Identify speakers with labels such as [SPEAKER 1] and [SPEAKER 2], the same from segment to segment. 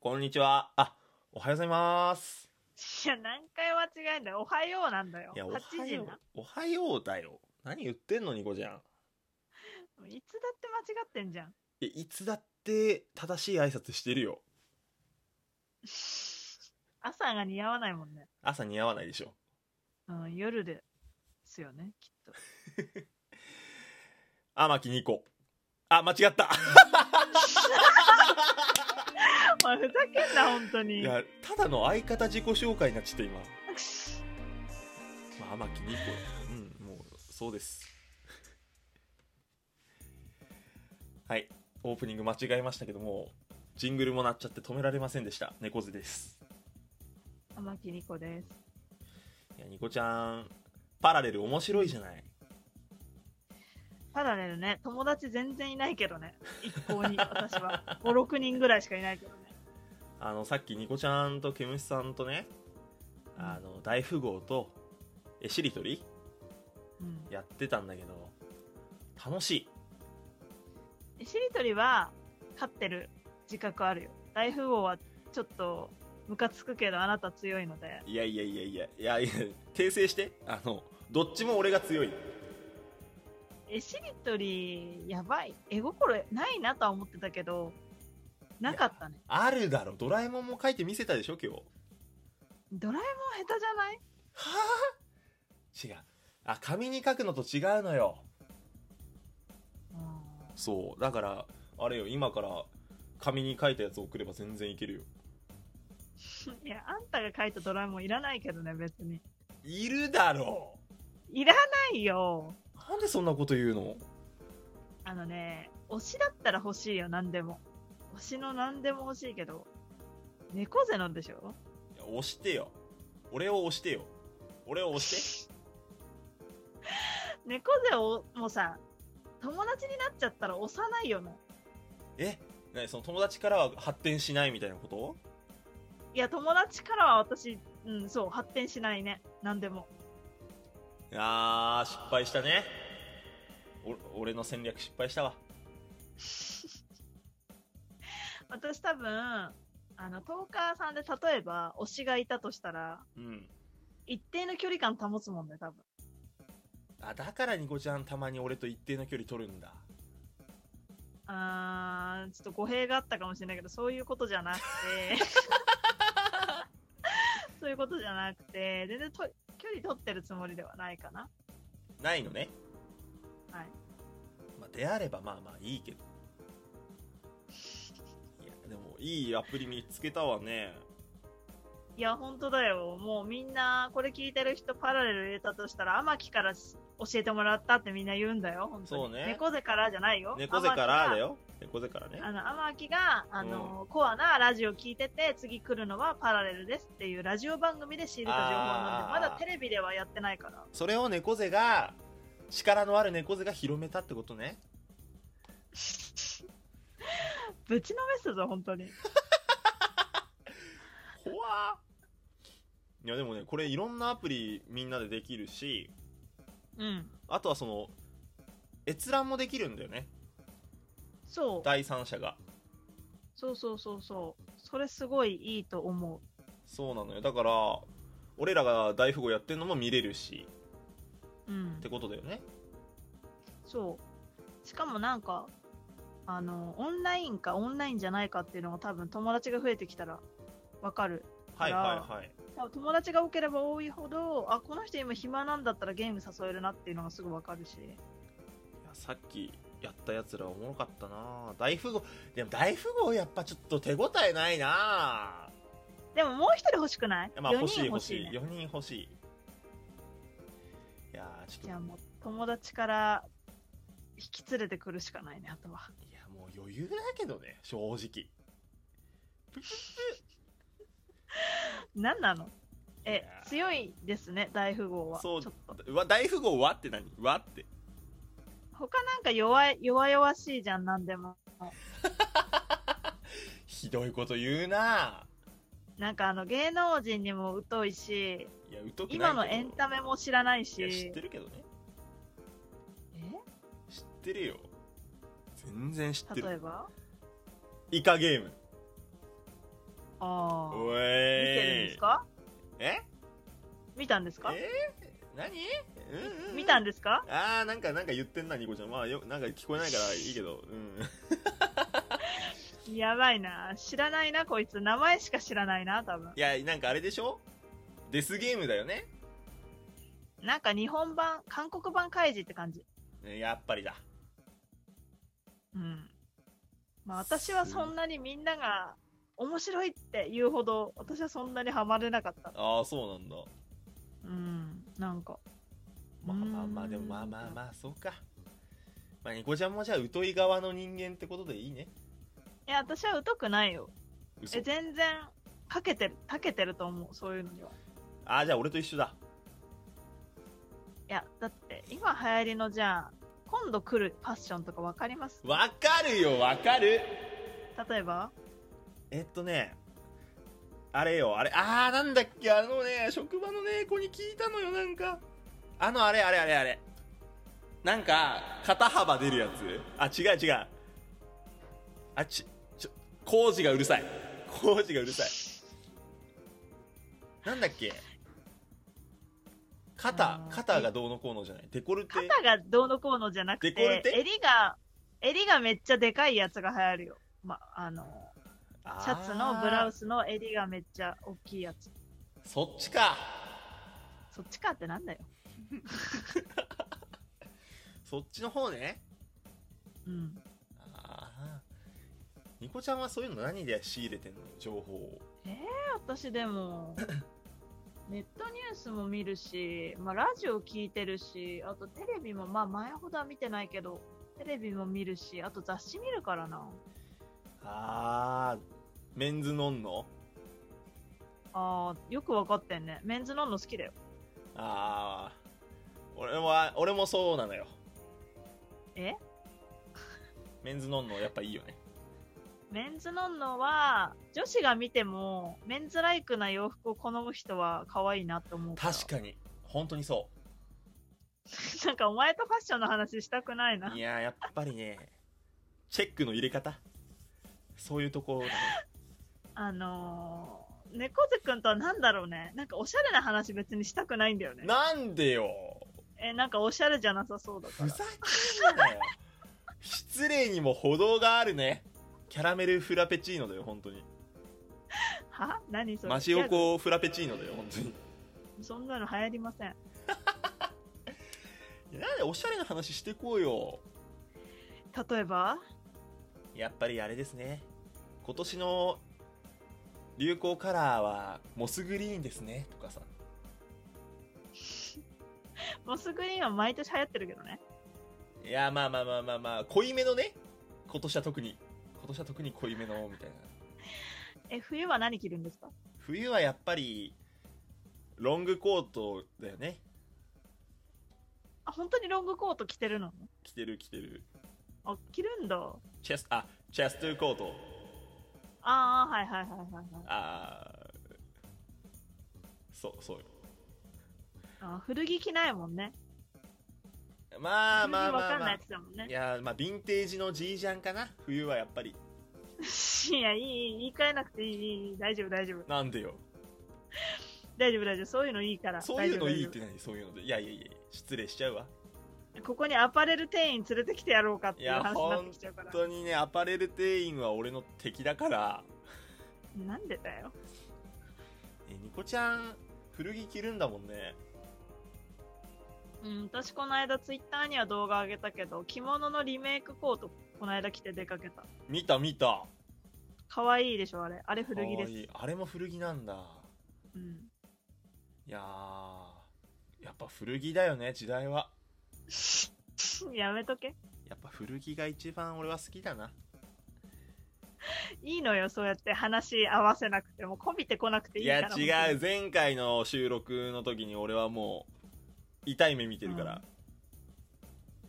[SPEAKER 1] こんにちは。あ、おはようございます。
[SPEAKER 2] いや、何回間違えんだよ。おはようなんだよ。
[SPEAKER 1] いや、おは
[SPEAKER 2] 8時
[SPEAKER 1] よ
[SPEAKER 2] な。
[SPEAKER 1] う。おはようだよ。何言ってんの、ニコちゃん。
[SPEAKER 2] いつだって間違ってんじゃん。
[SPEAKER 1] いやいつだって正しい挨拶してるよ。
[SPEAKER 2] 朝が似合わないもんね。
[SPEAKER 1] 朝似合わないでしょ。
[SPEAKER 2] うん、夜ですよね、き っと。
[SPEAKER 1] 天木ニコ。あ、間違った。
[SPEAKER 2] お前ふざけんな、本当
[SPEAKER 1] い
[SPEAKER 2] に。
[SPEAKER 1] や、ただの相方自己紹介になっちゃって、今。まあ、天木ニコ。うん、もう、そうです。 はい。オープニング間違えましたけども、ジングルも鳴っちゃって止められませんでした。猫背です。
[SPEAKER 2] 天木ニコです。
[SPEAKER 1] いや、ニコちゃん、パラレル面白いじゃない。
[SPEAKER 2] パラレルね、友達全然いないけどね。一向に、私は。5、6人ぐらいしかいないけどね。
[SPEAKER 1] あの、さっきニコちゃんとケムシさんとね、あの、大富豪と、え、しりとり
[SPEAKER 2] うん。
[SPEAKER 1] やってたんだけど、楽しい。
[SPEAKER 2] しりとりは、勝ってる自覚あるよ。大富豪は、ちょっと、ムカつくけど、あなた強いので。
[SPEAKER 1] いやいやいやいや、いやいや、訂正して。あの、どっちも俺が強い。
[SPEAKER 2] えしりとりやばい絵心ないなとは思ってたけどなかったね
[SPEAKER 1] あるだろ、ドラえもんも書いて見せたでしょ、今日。
[SPEAKER 2] ドラえもん下手じゃない
[SPEAKER 1] はぁ違う。あ、紙に書くのと違うのよ。そう。だから、あれよ、今から、紙に書いたやつ送れば全然いけるよ。
[SPEAKER 2] いやあんたが描いたドラえもんいらないけどね別に
[SPEAKER 1] いるだろ
[SPEAKER 2] いらないよ
[SPEAKER 1] なんでそんなこと言うの
[SPEAKER 2] あのね推しだったら欲しいよ何でも推しの何でも欲しいけど猫背なんでしょ
[SPEAKER 1] いや押してよ俺を押してよ俺を押して
[SPEAKER 2] 猫背をもうさ友達になっちゃったら押さないよね
[SPEAKER 1] え何その友達からは発展しないみたいなこと
[SPEAKER 2] いや友達からは私うんそう発展しないね何でも
[SPEAKER 1] あー失敗したねお俺の戦略失敗したわ
[SPEAKER 2] 私多分あのトーカーさんで例えば推しがいたとしたら
[SPEAKER 1] うん
[SPEAKER 2] 一定の距離感保つもんね多分
[SPEAKER 1] あだからニコちゃんたまに俺と一定の距離取るんだ
[SPEAKER 2] あーちょっと語弊があったかもしれないけどそういうことじゃ なくてそういうことじゃなくて全然と距離取ってるつもりではないかな
[SPEAKER 1] ないのね
[SPEAKER 2] はい
[SPEAKER 1] まあであればまあまあいいけどいやでもいいアプリ見つけたわね
[SPEAKER 2] いや本当だよもうみんなこれ聞いてる人パラレル入れたとしたら天城からし教えてもらったってみんな言うんだよ本当に
[SPEAKER 1] そうね
[SPEAKER 2] 猫背からじゃないよ
[SPEAKER 1] 猫背からだ
[SPEAKER 2] よ
[SPEAKER 1] よ猫背からね
[SPEAKER 2] あの、天城が、あの、コアなラジオ聞いてて、次来るのはパラレルですっていうラジオ番組で仕入れた情報なん
[SPEAKER 1] あー
[SPEAKER 2] で、まだテレビではやってないから。
[SPEAKER 1] それを猫背が力のある猫背が広めたってことね
[SPEAKER 2] ぶちのめすぞ、本当に。
[SPEAKER 1] 怖いやでもねこれいろんなアプリみんなでできるし
[SPEAKER 2] うん。
[SPEAKER 1] あとはその閲覧もできるんだよね
[SPEAKER 2] そう。
[SPEAKER 1] 第三者が
[SPEAKER 2] そうそうそうそう。それすごいいいと思う。
[SPEAKER 1] そうなのよだから俺らが大富豪やってるのも見れるし
[SPEAKER 2] うん
[SPEAKER 1] って。ことだよね
[SPEAKER 2] そう。しかもなんか、あの、オンラインかオンラインじゃないかっていうのも多分友達が増えてきたらわかる。
[SPEAKER 1] はいはいはい
[SPEAKER 2] 多分友達が多ければ多いほど、あ、この人今暇なんだったらゲーム誘えるなっていうのがすぐわかるし。
[SPEAKER 1] いやさっきやったやつらおもろかったな大富豪でも大富豪やっぱちょっと手応えないな
[SPEAKER 2] でももう一人欲しくない
[SPEAKER 1] まあ
[SPEAKER 2] 4
[SPEAKER 1] 欲し
[SPEAKER 2] 人
[SPEAKER 1] い欲しい
[SPEAKER 2] ね
[SPEAKER 1] 4人欲しいいやーちょっと
[SPEAKER 2] じゃあもう友達から引き連れてくるしかないね、あとは。
[SPEAKER 1] いや、もう余裕だけどね、正直。
[SPEAKER 2] 何なの
[SPEAKER 1] い
[SPEAKER 2] え
[SPEAKER 1] や、ー
[SPEAKER 2] 強いですね、大富豪は。
[SPEAKER 1] そう
[SPEAKER 2] ちょっと。
[SPEAKER 1] うわ、大富豪はって何はって。
[SPEAKER 2] 他なんか弱い、弱々しいじゃん、なんでも。
[SPEAKER 1] ひどいこと言うな
[SPEAKER 2] なんかあの芸能人にも疎いし、
[SPEAKER 1] ぁいや、疎くないけど。
[SPEAKER 2] 今のエンタメも知らな
[SPEAKER 1] い
[SPEAKER 2] い
[SPEAKER 1] や、知
[SPEAKER 2] し
[SPEAKER 1] っ。てるけどね。
[SPEAKER 2] え
[SPEAKER 1] 知ってるよ。全然知って
[SPEAKER 2] 例え
[SPEAKER 1] る。
[SPEAKER 2] ば
[SPEAKER 1] イカゲーム。
[SPEAKER 2] ああ。見
[SPEAKER 1] お
[SPEAKER 2] て
[SPEAKER 1] え
[SPEAKER 2] るんですか
[SPEAKER 1] え
[SPEAKER 2] 見たんですか
[SPEAKER 1] えー何うん、うん、
[SPEAKER 2] 見たんですか
[SPEAKER 1] あーなんかなんか言ってんなニコちゃんまあよなんか聞こえないからいいけどう
[SPEAKER 2] やばいな。知らないな、こいつ。名前しか知らないな、多分
[SPEAKER 1] ん。いやなんかあれでしょデスゲームだよね
[SPEAKER 2] なんか日本版、韓国版開示って感じ。
[SPEAKER 1] ねやっぱりだ
[SPEAKER 2] うん。まあ私はそんなにみんなが面白いって言うほど、私はそんなにハマれなかった。
[SPEAKER 1] ああそうなんだ
[SPEAKER 2] うん。なんか。
[SPEAKER 1] まあまあまあ
[SPEAKER 2] うん
[SPEAKER 1] でもまあまあまあそうかまあニコちゃんもじゃあ疎い側の人間ってことでいいね
[SPEAKER 2] いや、私は疎くないよ。
[SPEAKER 1] 嘘
[SPEAKER 2] え、全然、かけてる、たけてると思う、そういうのには。
[SPEAKER 1] ああじゃあ俺と一緒だ
[SPEAKER 2] いや、だって、今流行りのじゃあ、今度来るファッションとかわかります
[SPEAKER 1] わかるよわかる
[SPEAKER 2] 例えば
[SPEAKER 1] えっとねあれよあれああなんだっけあのね職場のね子に聞いたのよなんかあのあれあれあれあれなんか肩幅出るやつあ違う違うあちちょ工事がうるさい工事がうるさいなんだっけ肩
[SPEAKER 2] あー
[SPEAKER 1] 肩がどうのこうのじゃないデコルテ
[SPEAKER 2] 肩がどうのこうのじゃなく
[SPEAKER 1] デコル
[SPEAKER 2] て、
[SPEAKER 1] テ
[SPEAKER 2] 襟が、襟がめっちゃでかいやつが流行るよ。ま、あの、シャツのブラウ
[SPEAKER 1] ス
[SPEAKER 2] スの襟がめっちゃ大きいやつ。
[SPEAKER 1] そっちか
[SPEAKER 2] そっちかってなんだよ。
[SPEAKER 1] そっちの方ね
[SPEAKER 2] うん。
[SPEAKER 1] ああニコちゃんはそういうの何で仕入れてんの情報を
[SPEAKER 2] 私で も、ネットニュースも見るし、まあ、ラジオ聞いてるし、あとテレビも、まあ、前ほどは見てないけど、テレビも見るし、あと雑誌見るからな。
[SPEAKER 1] ああメンズノンノ
[SPEAKER 2] あー、よくわかってんね。メンズノンの好きだよ。
[SPEAKER 1] ああ俺は俺もそうなのよ
[SPEAKER 2] え
[SPEAKER 1] メンズノンノやっぱいいよね
[SPEAKER 2] メンズノンノは、女子が見ても、メンズライクな洋服を好む人は可愛いなと思うから。
[SPEAKER 1] 確かに本当にそ
[SPEAKER 2] なんかお前とファッションの話したくないな。
[SPEAKER 1] ういやーやっぱりねチェックの入れ方そういうところだね
[SPEAKER 2] あのー、猫背くんとは何だろうね。なんかおしゃれな話別にしたくないんだよね。
[SPEAKER 1] なんでよ
[SPEAKER 2] え、なんかおしゃれじゃなさそうだか
[SPEAKER 1] ふ
[SPEAKER 2] ら。
[SPEAKER 1] ざけんなよ失礼にも程があるねキャラメルフラペチーノだよ本当に
[SPEAKER 2] は何それ
[SPEAKER 1] マシオコフラペチーノだよ本当に
[SPEAKER 2] いやそんなの流行りません。
[SPEAKER 1] いやなんでおしゃれな話してこうよ
[SPEAKER 2] 例えば
[SPEAKER 1] やっぱりあれですね今年の流行カラーはモスグリーンですねとかさ
[SPEAKER 2] モスグリーンは毎年流行ってるけどね。
[SPEAKER 1] いやまあまあまあまあまあ濃いめのね今年は特に今年は特に濃いめのみたいな
[SPEAKER 2] え、冬は何着るんですか
[SPEAKER 1] 冬はやっぱりロングコートだよね
[SPEAKER 2] あ、本当にロングコート着てるの
[SPEAKER 1] 着てる着てる
[SPEAKER 2] あ、着るんだ。
[SPEAKER 1] チェスあチェストコート
[SPEAKER 2] ああ、はいはいはいはいはい。
[SPEAKER 1] あーそうそうよ
[SPEAKER 2] あ古着着ないもんね。
[SPEAKER 1] まあまあ
[SPEAKER 2] わ
[SPEAKER 1] まあ
[SPEAKER 2] かん
[SPEAKER 1] まあ
[SPEAKER 2] ないやつだもん
[SPEAKER 1] い
[SPEAKER 2] ね。
[SPEAKER 1] やーまあヴィンテージの G ジャンかな冬はやっぱり
[SPEAKER 2] いや、いい、いい言い換えなくていいいい、いい、大丈夫、大丈夫。
[SPEAKER 1] なんでよ
[SPEAKER 2] 大丈夫、大丈夫。そういうのいいから。
[SPEAKER 1] そういうのいいっ
[SPEAKER 2] 大丈
[SPEAKER 1] て何そういうのでいやいやいや失礼しちゃうわ
[SPEAKER 2] 夫。大丈夫ここにアパレル店員連れてきてやろうかっていう
[SPEAKER 1] いや
[SPEAKER 2] 話になってきちゃうから
[SPEAKER 1] 本。当にねアパレル店員は俺の敵だから
[SPEAKER 2] なんでだよ。
[SPEAKER 1] えニコちゃん古着着るんだもんね
[SPEAKER 2] うん、私この間ツイッターには動画あげたけど、着物のリメイクコート、この間着て出かけた。
[SPEAKER 1] 見た見た
[SPEAKER 2] 可愛いでしょ、あれ。あれ古
[SPEAKER 1] か
[SPEAKER 2] 着で
[SPEAKER 1] わ
[SPEAKER 2] す。
[SPEAKER 1] いいあれも古着なんだ
[SPEAKER 2] うん。
[SPEAKER 1] いやーやっぱ古着だよね時代は
[SPEAKER 2] やめとけ。
[SPEAKER 1] やっぱ古着が一番俺は好きだない
[SPEAKER 2] いのよ、そうやって話合わせなくても、こびてこなくていいから。
[SPEAKER 1] いや違う前回の収録の時に俺はもう痛い目見てるから、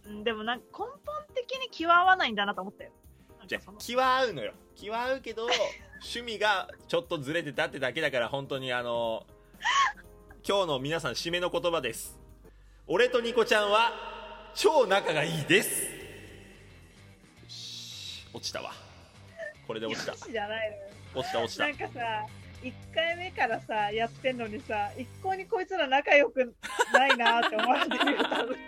[SPEAKER 2] うんでもなんか根本的に気は合わないんだなと思ったよ。なん
[SPEAKER 1] じゃ
[SPEAKER 2] かそ
[SPEAKER 1] あ
[SPEAKER 2] の
[SPEAKER 1] 気は合うのよ気は合うけ ど趣味がちょっとずれてたってだけだから本当にあの今日の皆さん締めの言葉です俺とニコちゃんは超仲がいいですよし落ちたわこれで落ちた
[SPEAKER 2] よしじゃないのよ。
[SPEAKER 1] 落ちた落ちた
[SPEAKER 2] なんかさ、1回目からさ、やってんのにさ、一向にこいつら仲良くないなって思われてる